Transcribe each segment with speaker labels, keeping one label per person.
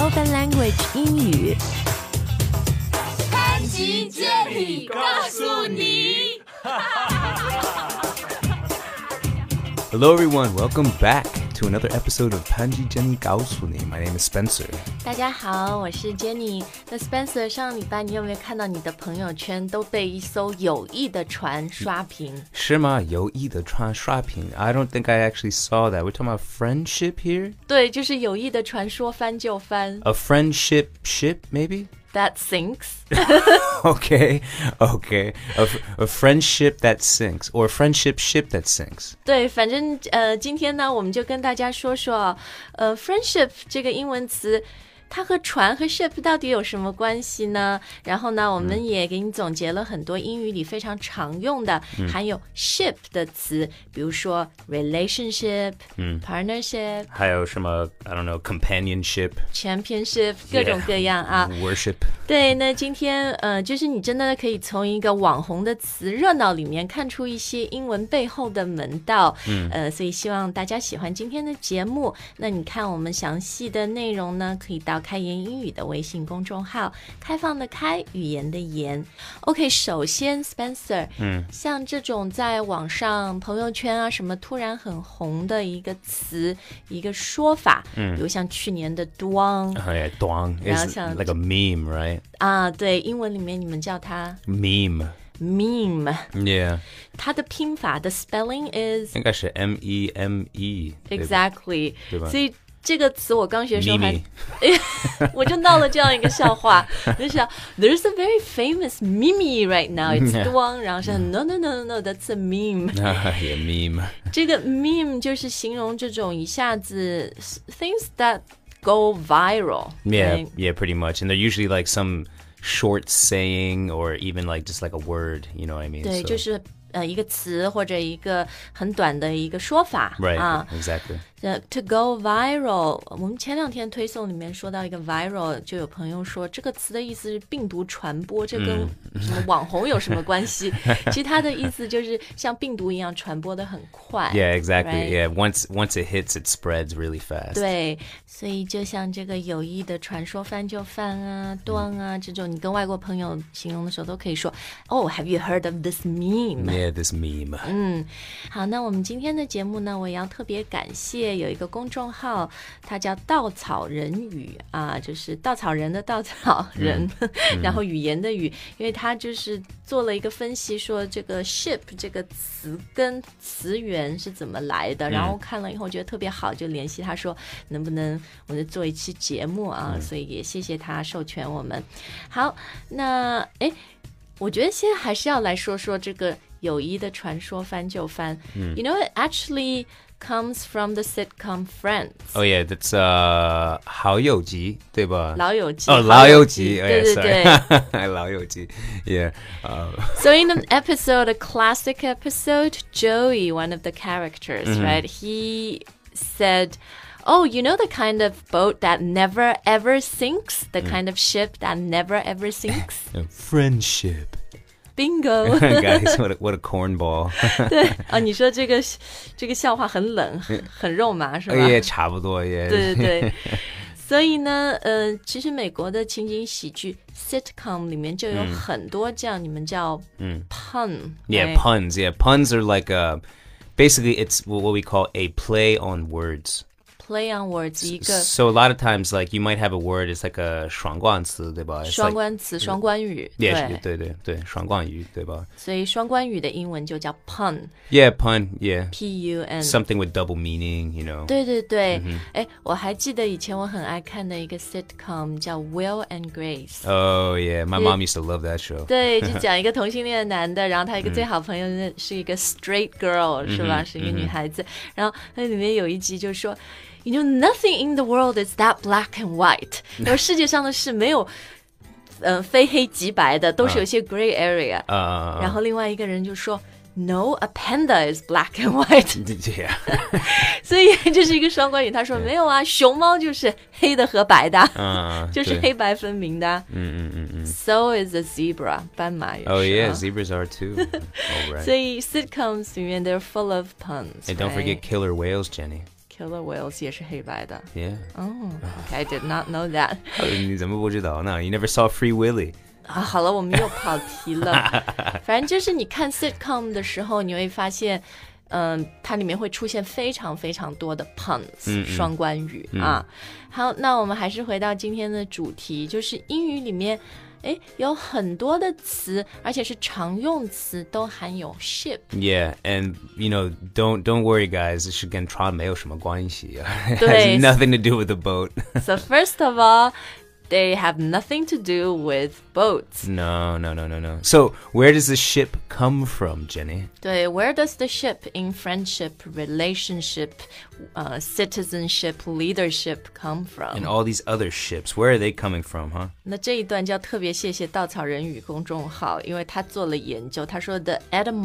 Speaker 1: language 英语。
Speaker 2: 班级接力告诉你。
Speaker 3: Hello, everyone. Welcome back to another episode of Panji Jenny Gaosuni. My name is Spencer.
Speaker 1: 大家好，我是 Jenny。那 Spencer，上个礼拜你有没有看到你的朋友圈都被一艘友谊的船刷屏？
Speaker 3: I don't think I actually saw that. We're talking about friendship here?
Speaker 1: 对，就是友谊的船说翻就翻
Speaker 3: A friendship ship, maybe?
Speaker 1: ，That sinks。
Speaker 3: Okay, okay. A, f- a friendship that sinks, or a friendship ship that sinks.
Speaker 1: 对，反正呃，今天呢，我们就跟大家说说，呃，friendship 这个英文词，它和船和 ship 到底有什么关系呢？然后呢，我们也给你总结了很多英语里非常常用的含有 ship 的词，比如说 relationship、partnership、
Speaker 3: 还有什么, oh, I don't know, companionship,
Speaker 1: championship，各种
Speaker 3: Yeah
Speaker 1: 各样啊。
Speaker 3: worship.
Speaker 1: 对，那今天呃，就是你真的可以从一个网红的词热闹里面看出一些英文背后的门道，嗯，呃，所以希望大家喜欢今天的节目。那你看我们详细的内容呢，可以到开言英语的微信公众号，开放的开，语言的言。OK，首先 Spencer，嗯，像这种在网上朋友圈啊什么突然很红的一个词一个说法，嗯，比如像去年的 Duang。
Speaker 3: Oh, yeah, dong is
Speaker 1: 然后像-
Speaker 3: like a meme, right?
Speaker 1: 啊，对，英文里面你们叫它
Speaker 3: Meme.
Speaker 1: meme，
Speaker 3: Yeah.
Speaker 1: 它的拼法的 spelling is
Speaker 3: 应该是 M E M E。
Speaker 1: exactly，
Speaker 3: 对吧
Speaker 1: 所以这个词我刚学的时候还
Speaker 3: Meme。
Speaker 1: 我就闹了这样一个笑话， 就是 there's a very famous meme right now it's
Speaker 3: Yeah.
Speaker 1: Duang，然后是 no no no no no that's a meme，
Speaker 3: yeah, meme.
Speaker 1: 这个 meme 就是形容这种一下子 things that go viral，
Speaker 3: Yeah,
Speaker 1: right?
Speaker 3: yeah, pretty much. And they're usually like some short saying or even like just like a word, you know what I mean?
Speaker 1: 对，
Speaker 3: So-
Speaker 1: 就是呃一个词或者一个很短的一个说法
Speaker 3: Right,
Speaker 1: 啊。
Speaker 3: exactly.
Speaker 1: 呃，to go viral，我们前两天推送里面说到一个 viral，就有朋友说这个词的意思是病毒传播，这跟什么网红有什么关系？ 其实它的意思就是像病毒一样传播的很快。
Speaker 3: Yeah, exactly.
Speaker 1: right?
Speaker 3: Yeah, once once it hits, it spreads really fast.
Speaker 1: 对，所以就像这个友谊的传说翻就翻啊、断啊这种，你跟外国朋友形容的时候都可以说，Oh, have you heard of this meme？
Speaker 3: Yeah, this meme.
Speaker 1: Mm. 好，那我们今天的节目呢，我也要特别感谢有一个公众号，它叫“稻草人语”啊，就是稻草人的稻草人， 然后语言的语，因为它就是做了一个分析，说这个 “ship” 这个词根词源是怎么来的。然后我看了以后觉得特别好，就联系他说能不能我们做一期节目啊，所以也谢谢他授权我们。好，那哎。诶我觉得先还是要来说说这个友谊的传说翻就翻。You know, it actually comes from the sitcom Friends，、
Speaker 3: Oh yeah, that's uh 好友集，对吧？
Speaker 1: 老友记。
Speaker 3: Oh,
Speaker 1: 好
Speaker 3: 老友记. Oh,
Speaker 1: 对
Speaker 3: yeah,
Speaker 1: 对
Speaker 3: sorry.
Speaker 1: 对。
Speaker 3: 老友记. Yeah. Uh,
Speaker 1: So in an episode, a classic episode, Joey, one of the characters,
Speaker 3: Mm-hmm.
Speaker 1: right? He said, "Oh, you know the kind of boat that never ever sinks, the
Speaker 3: Mm.
Speaker 1: kind of ship that never ever sinks."
Speaker 3: friendship.
Speaker 1: Bingo！
Speaker 3: Guys, what a, what a cornball.
Speaker 1: 啊，你说这个这个笑话很冷，很很肉麻是吧？
Speaker 3: Oh, yeah, 差不多, yeah.
Speaker 1: 对对 对。所以呢，呃，其实美国的情景喜剧 sitcom 里面就有很多这样，你们叫嗯 pun，哎
Speaker 3: Yeah,
Speaker 1: right？
Speaker 3: puns. Yeah, puns are like uh basically it's wh- what we call a play on words.
Speaker 1: play on words 一个
Speaker 3: So a lot of times, like you might have a word, it's like a 双关词，对吧？It's
Speaker 1: 双
Speaker 3: like,
Speaker 1: 关词、双关语，
Speaker 3: yeah,
Speaker 1: 嗯对，
Speaker 3: 对对对，双关语，对吧？
Speaker 1: 所以双关语的英文就叫 pun，p
Speaker 3: Yeah, pun. Yeah,
Speaker 1: u n。
Speaker 3: something with double meaning. You know.
Speaker 1: 对对对，哎、我还记得以前我很爱看的一个 sitcom 叫《Will and Grace》。
Speaker 3: Oh yeah, my mom used to love that show.
Speaker 1: 对，就讲一个同性恋的男的，然后他一个最好朋友呢是一个 straight girl，、是吧？是一个女孩子。然后那里面有一集就说，You know nothing in the world is that black and white，而世界上的事没有，嗯、非黑即白的，都是有一些 gray area。
Speaker 3: Uh,
Speaker 1: 然后另外一个人就说。No, a panda is black and white，
Speaker 3: yeah.
Speaker 1: 所以这是一个双关语。他说没有啊，熊猫就是黑的和白的，
Speaker 3: Uh, Mm,
Speaker 1: 就是黑白分明的。嗯嗯嗯嗯。So is a zebra，斑马也是啊。
Speaker 3: Oh yeah, zebras are too. All right.
Speaker 1: 所以 sitcoms 里面 they're full of puns。
Speaker 3: And don't forget killer whales, Jenny.
Speaker 1: Killer Whales 也是黑白的。
Speaker 3: Yeah.
Speaker 1: Oh, I did not know that.
Speaker 3: 你怎么不知道呢？You never saw Free Willy.
Speaker 1: 啊，好了，我们又跑题了。反正就是你看 sitcom 的时候，你会发现，嗯、它里面会出现非常非常多的 puns，、双关语、啊。好，那我们还是回到今天的主题，就是英语里面，哎，有很多的词，而且是常用词，都含有 ship。
Speaker 3: Yeah, and you know, don't don't worry, guys. 是跟船没有什么关系。it
Speaker 1: 对。
Speaker 3: has nothing to do with the boat.
Speaker 1: So first of all, they have nothing to do with boats.
Speaker 3: no, no, no, no, no. So where does the ship come from, Jenny?
Speaker 1: 对，Where does the ship in friendship, relationship, 呃、citizenship, leadership come from？
Speaker 3: And all these other ships, where are they coming from, huh?
Speaker 1: 那这一段就要特别谢谢稻草人语公众号，因为他做了研究，他说 the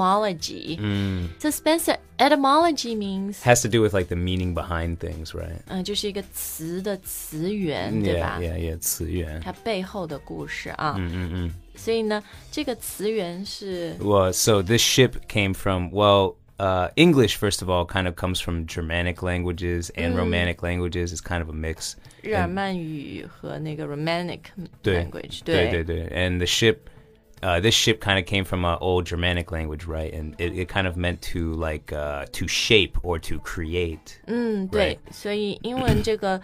Speaker 1: etymology。嗯，So
Speaker 3: Mm.
Speaker 1: Spencer, etymology means，
Speaker 3: Has to do with like the meaning behind things, right?
Speaker 1: 嗯、就是一个词的词源，对吧
Speaker 3: Yeah, yeah, Mm, yeah. 词源。
Speaker 1: 它背后的故事啊。嗯嗯嗯。所以呢，这个词源是
Speaker 3: Well, so this ship came from, well, uh, English, first of all, kind of comes from Germanic languages and Romantic languges. It's kind of a mix.
Speaker 1: 日耳曼语和那个 Romanic
Speaker 3: 嗯对
Speaker 1: language，
Speaker 3: 对，对，对。And the ship, uh, this ship kind of came from an old Germanic language, right? And it, it kind of meant to, like, uh, to shape or to create.
Speaker 1: 嗯，对，所以英文这个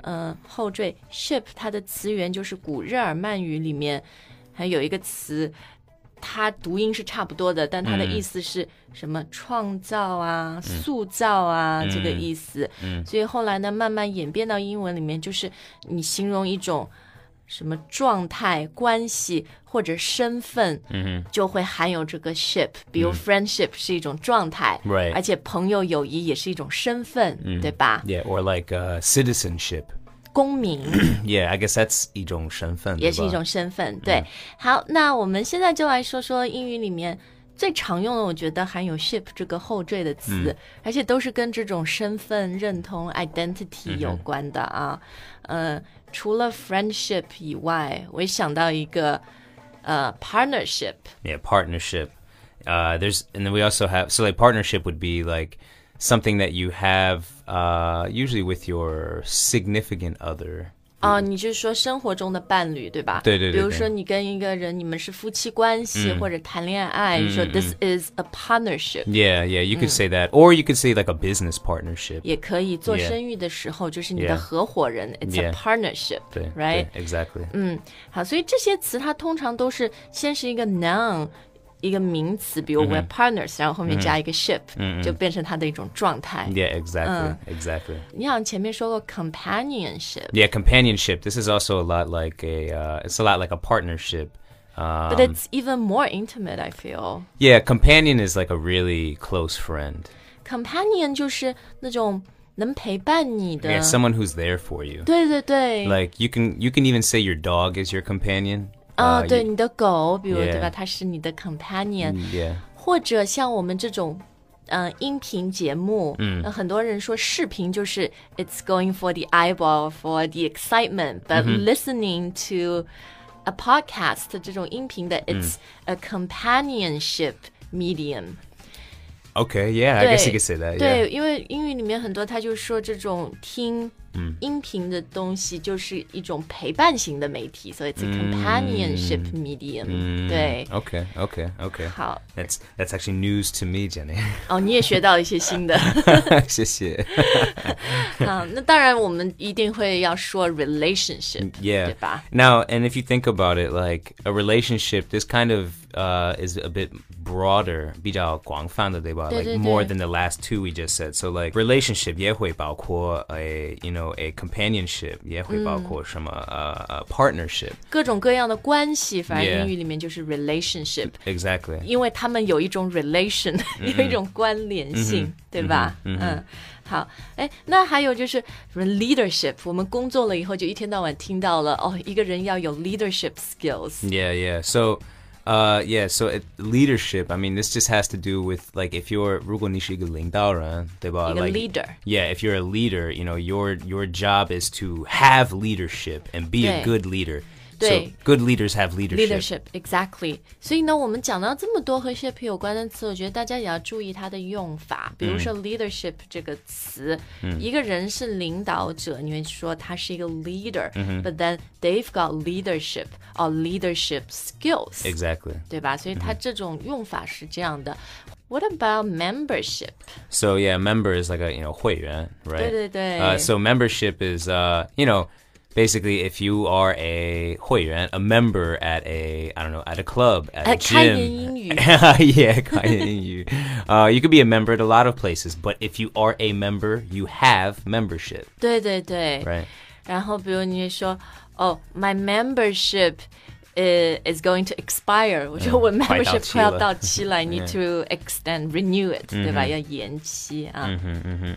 Speaker 1: 呃后缀 ship 它的词源就是古日耳曼语里面还有一个词，它读音是差不多的，但它的意思是什么？创造啊，塑造啊，这个意思。所以后来呢，慢慢演变到英文里面，就是你形容一种。什么状态、关系或者身份，嗯，就会含有这个 ship。比如 friendship 是一种状态，
Speaker 3: Right
Speaker 1: 而且朋友友谊也是一种身份，对吧？
Speaker 3: Yeah, or like uh, citizenship.
Speaker 1: 公民
Speaker 3: Yeah, I guess that's 一种身份，
Speaker 1: 也是一
Speaker 3: 对吧？
Speaker 1: 种身份，对。好，那我们现在就来说说英语里面最常用的，我觉得含有 ship 这个后缀的词，而且都是跟这种身份认同 identity 有关的啊。呃，除了 friendship 以外，我也想到一个呃 partnership。
Speaker 3: Yeah, partnership. Uh, there's and then we also have so like partnership would be like something that you have uh, usually with your significant other.
Speaker 1: 啊、你是说生活中的伴侣对吧？
Speaker 3: 对对对
Speaker 1: 比如
Speaker 3: 对嗯
Speaker 1: 说你跟一个人，你们是夫妻关系、或者谈恋爱，你说 this is a partnership，、
Speaker 3: Yeah, yeah, you
Speaker 1: Mm.
Speaker 3: could say that, or you could say like a business partnership.
Speaker 1: 也可以做
Speaker 3: Yeah.
Speaker 1: 生意的时候就是你的
Speaker 3: Yeah.
Speaker 1: 合伙人 i t s a
Speaker 3: Yeah.
Speaker 1: partnership，
Speaker 3: 对，
Speaker 1: right？
Speaker 3: 对，exactly.
Speaker 1: 好，所以这些词它通常都是先是一个 noun。一个名词，比如
Speaker 3: 嗯
Speaker 1: we're partners，、然后后面加一个 ship，、就变成它的一种状态。
Speaker 3: Yeah, exactly, exactly.
Speaker 1: 你好像前面说过 companionship，
Speaker 3: Yeah, companionship. This is also a lot like a. Uh, it's a lot like a partnership. Um,
Speaker 1: but it's even more intimate. I feel
Speaker 3: yeah, companion is like a really close friend.
Speaker 1: companion 就是那种能陪伴你的
Speaker 3: Yeah, someone who's there for you.
Speaker 1: 对对对，
Speaker 3: Like you can you can even say your dog is your companion.
Speaker 1: 啊、
Speaker 3: Uh,
Speaker 1: 对你的狗，比如
Speaker 3: Yeah 嗯
Speaker 1: 对吧？它是你的 companion，、
Speaker 3: you- yeah.
Speaker 1: 或者像我们这种，呃，音频节目，嗯，很多人说视频就是 it's going for the eyeball for the excitement，but、listening to a podcast 这种音频的 it's a companionship medium。
Speaker 3: Okay, yeah, I
Speaker 1: 对
Speaker 3: guess you could say that. Yeah.
Speaker 1: 对，因为英语里面很多他就说这种听。
Speaker 3: 嗯
Speaker 1: 音频的东西就是一种陪伴型的媒体，所以 it's a
Speaker 3: 嗯
Speaker 1: companionship medium、对，
Speaker 3: Okay, okay, okay.
Speaker 1: 好
Speaker 3: That's that's actually news to me, Jenny.
Speaker 1: 哦，你也学到了一些新的。
Speaker 3: 谢谢。
Speaker 1: 好，那当然我们一定会要说 relationship，
Speaker 3: 嗯 yeah.
Speaker 1: 对吧？
Speaker 3: Now, and if you think about it, like a relationship, this kind of uh, is a bit broader, 比较广泛的，对吧？
Speaker 1: 对，对，对。
Speaker 3: Like more than the last two we just said. So like relationship 也会包括a you know a companionship 也会包括什么呃、uh, partnership
Speaker 1: 各种各样的关系，反正
Speaker 3: Yeah
Speaker 1: 英语里面就是 relationship，
Speaker 3: exactly
Speaker 1: 因为他们有一种 relation，有一种关联性，对吧？嗯，好，哎，那还有就是 leadership，我们工作了以后就一天到晚听到了哦，一个人要有 leadership skills。
Speaker 3: Yeah, yeah. So, uh, yeah. So it, leadership. I mean, this just has to do with like if you're 如果你是一个领导人，对吧？
Speaker 1: 一个
Speaker 3: Like
Speaker 1: leader。
Speaker 3: Yeah, if you're a leader, you know your your job is to have leadership and be a
Speaker 1: 对。
Speaker 3: good leader.
Speaker 1: 对
Speaker 3: So good leaders have leadership.
Speaker 1: leadership exactly。所以呢，我们讲到这么多和 ship 有关的词，我觉得大家也要注意它的用法。比如说 leadership 这个词，一个人是领导者，你会说他是一个 leader，but、then they've got leadership or leadership skills。
Speaker 3: Exactly.
Speaker 1: 对吧？
Speaker 3: 嗯
Speaker 1: 所以它这种用法是这样的。What about membership？
Speaker 3: So yeah, member is like a you know 会员, right?
Speaker 1: 对，对，对。
Speaker 3: Uh, so membership is uh you know basically if you are a 会员, a member at a I don't know at a club at, a
Speaker 1: 哎，开言
Speaker 3: 呃 gym.
Speaker 1: 英语
Speaker 3: yeah, 开源英语. uh, you could be a member at a lot of places, but if you are a member, you have membership,
Speaker 1: 对对对。
Speaker 3: right?
Speaker 1: 然后比如你说，哦、m y membership。i is going to expire，我说我
Speaker 3: 嗯快到
Speaker 1: membership
Speaker 3: 期
Speaker 1: 快要
Speaker 3: 了
Speaker 1: 到期了，I need to extend renew it，对
Speaker 3: 嗯
Speaker 1: 吧？要延期啊。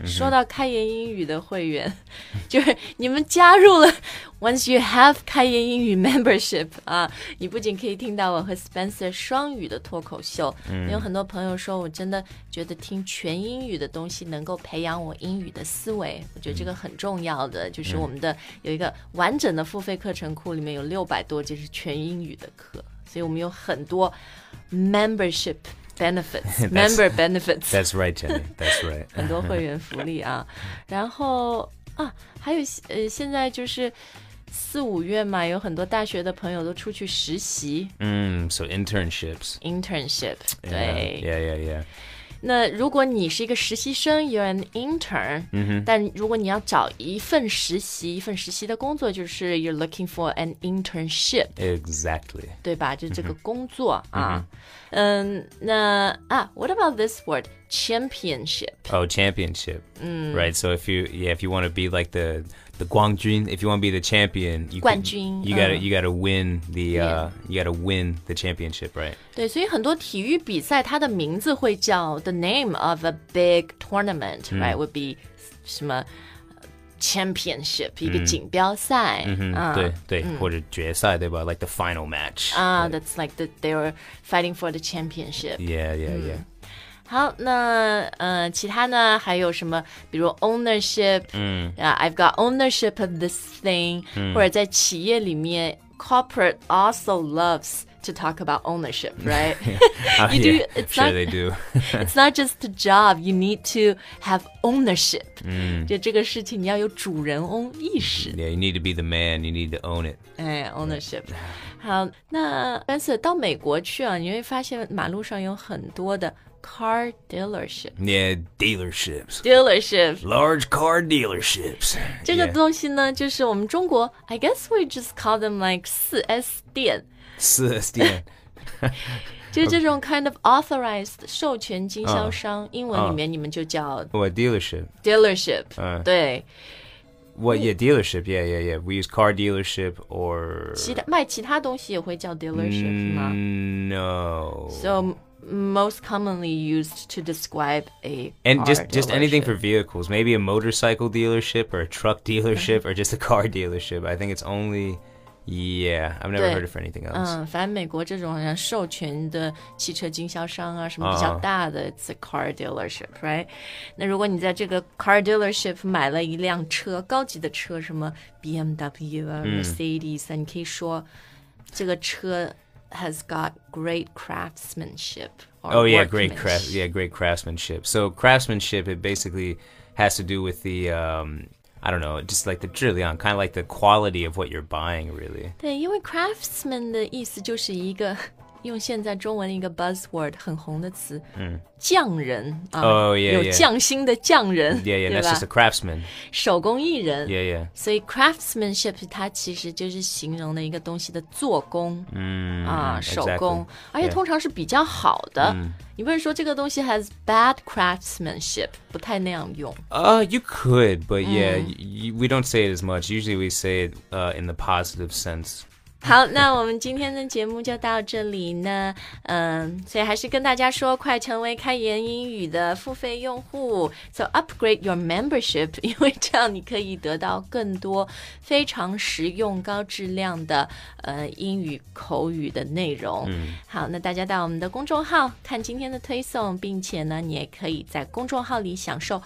Speaker 1: 说到开言英语的会员， 就是你们加入了，once you have 开言英语 membership 啊，你不仅可以听到我和 Spencer 双语的脱口秀，有很多朋友说我真的觉得听全英语的东西能够培养我英语的思维，我觉得这个很重要的，就是我们的有一个完整的付费课程库，里面有六百多就是全英语的课，所以我们有很多 membership benefits member benefits。
Speaker 3: That's right, Jenny. That's right.
Speaker 1: 很多会员福利 啊。然后啊，还有呃，现在就是四五月嘛，有很多大学的朋友都出去实习
Speaker 3: Mm, so internships.
Speaker 1: internship。
Speaker 3: Yeah,
Speaker 1: 对
Speaker 3: yeah, yeah, yeah.
Speaker 1: 那如果你是一个实习生，you're an intern，、但
Speaker 3: 嗯
Speaker 1: 如果你要找一份实习，一份实习的工作，就是 you're looking for an internship。
Speaker 3: Exactly.
Speaker 1: 对吧？就这
Speaker 3: 嗯
Speaker 1: 个工作啊，嗯，那啊，What about this word championship？
Speaker 3: Oh, championship.
Speaker 1: Mm.
Speaker 3: Right. So if you yeah, if you want to be like the the Guangjun, if you want to be the champion, you could-
Speaker 1: 冠军,
Speaker 3: you
Speaker 1: uh.
Speaker 3: gotta you gotta win the
Speaker 1: Yeah.
Speaker 3: uh you gotta win the championship, right?
Speaker 1: 对，所以很多体育比赛，它的名字会叫 the name of a big tournament，right？would、be 什么 championship，、一个锦标赛、
Speaker 3: Mm-hmm. Mm,
Speaker 1: Uh, 啊。mm.
Speaker 3: 对对，或者决赛对吧？Like the final match.
Speaker 1: 啊、t h a t s uh, like the they were fighting for the championship。
Speaker 3: yeah, yeah,
Speaker 1: mm.
Speaker 3: yeah.
Speaker 1: 好，那呃，其他呢还有什么？比如 ownership，嗯，啊，I've got ownership of this thing，、或者在企业里面，corporate also loves to talk about ownership，right？
Speaker 3: Uh,
Speaker 1: You do-
Speaker 3: yeah,
Speaker 1: it's
Speaker 3: sure
Speaker 1: not-
Speaker 3: they do.
Speaker 1: It's not just a job. You need to have ownership. 嗯，就这个事情你要有主人翁意识。
Speaker 3: yeah, you need to be the man. You need to own it.
Speaker 1: 哎，ownership。好，那但是到美国去啊，你会发现马路上有很多的 car dealership。
Speaker 3: Yeah, dealerships,
Speaker 1: Dealership
Speaker 3: large car dealerships.
Speaker 1: 这个
Speaker 3: Yeah.
Speaker 1: 东西呢，就是我们中国，I guess we just call them like 四 S 店，
Speaker 3: 是，是，yeah.
Speaker 1: 就是这种 kind of authorized 授权经销商，英文里面你们就叫
Speaker 3: What dealership?
Speaker 1: dealership，
Speaker 3: 嗯
Speaker 1: 对，
Speaker 3: What? Yeah, dealership. Yeah, yeah, yeah. We use car dealership or
Speaker 1: 其他卖其他东西也会叫 dealership 吗？
Speaker 3: no.
Speaker 1: So m- most commonly used to describe a
Speaker 3: and
Speaker 1: car
Speaker 3: just just anything
Speaker 1: dealership.
Speaker 3: for vehicles. Maybe a motorcycle dealership or a truck dealership or just a car dealership. I think it's only yeah. I've never
Speaker 1: Right.
Speaker 3: heard it for anything else.
Speaker 1: 嗯，Uh, 反正美国这种好像授权的汽车经销商啊，什么比较
Speaker 3: 啊
Speaker 1: 大的、i t s a car dealership，right？那如果你在这个 car dealership 买了一辆车，高级的车，什么 BMW 啊、Mercedes 啊，你可以说这个车 has got great craftsmanship。
Speaker 3: oh yeah, great craft. Yeah, great craftsmanship. So craftsmanship it basically has to do with the um I don't know, just like the trillion, kind of like the quality of what you're buying, really.
Speaker 1: 对，因为 craftsman 的意思就是一个用现在中文的一个 buzzword 很红的词，嗯，匠人啊
Speaker 3: Oh, yeah,
Speaker 1: 有
Speaker 3: yeah.
Speaker 1: 匠心的匠人
Speaker 3: Yeah, yeah.
Speaker 1: 对
Speaker 3: That's
Speaker 1: 吧
Speaker 3: just a？craftsman.
Speaker 1: 手工艺人
Speaker 3: Yeah, yeah.
Speaker 1: 所以 craftsmanship 它其实就是形容的一个东西的做工，嗯啊，手工
Speaker 3: exactly，
Speaker 1: 而且通常是比较好的。你不是说这个东西 has bad craftsmanship，不太那样用。
Speaker 3: Uh, you could, but yeah, y y we don't say it as much. Usually, we say it uh, in the positive sense.
Speaker 1: 好，那我们今天的节目就到这里呢。嗯，所以还是跟大家说，快成为开言英语的付费用户，so upgrade your membership，因 为这样你可以得到更多非常实用、高质量的呃英语口语的内容。好，那大家到我们的公众号看今天的推送，并且呢，你也可以在公众号里享受。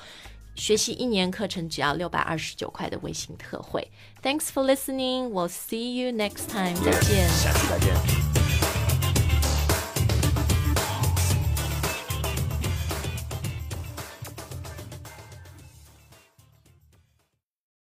Speaker 1: 学习一年课程只要六百二十九块的微信特惠。Thanks for listening. We'll see you next time. 再见。
Speaker 3: 下次再见。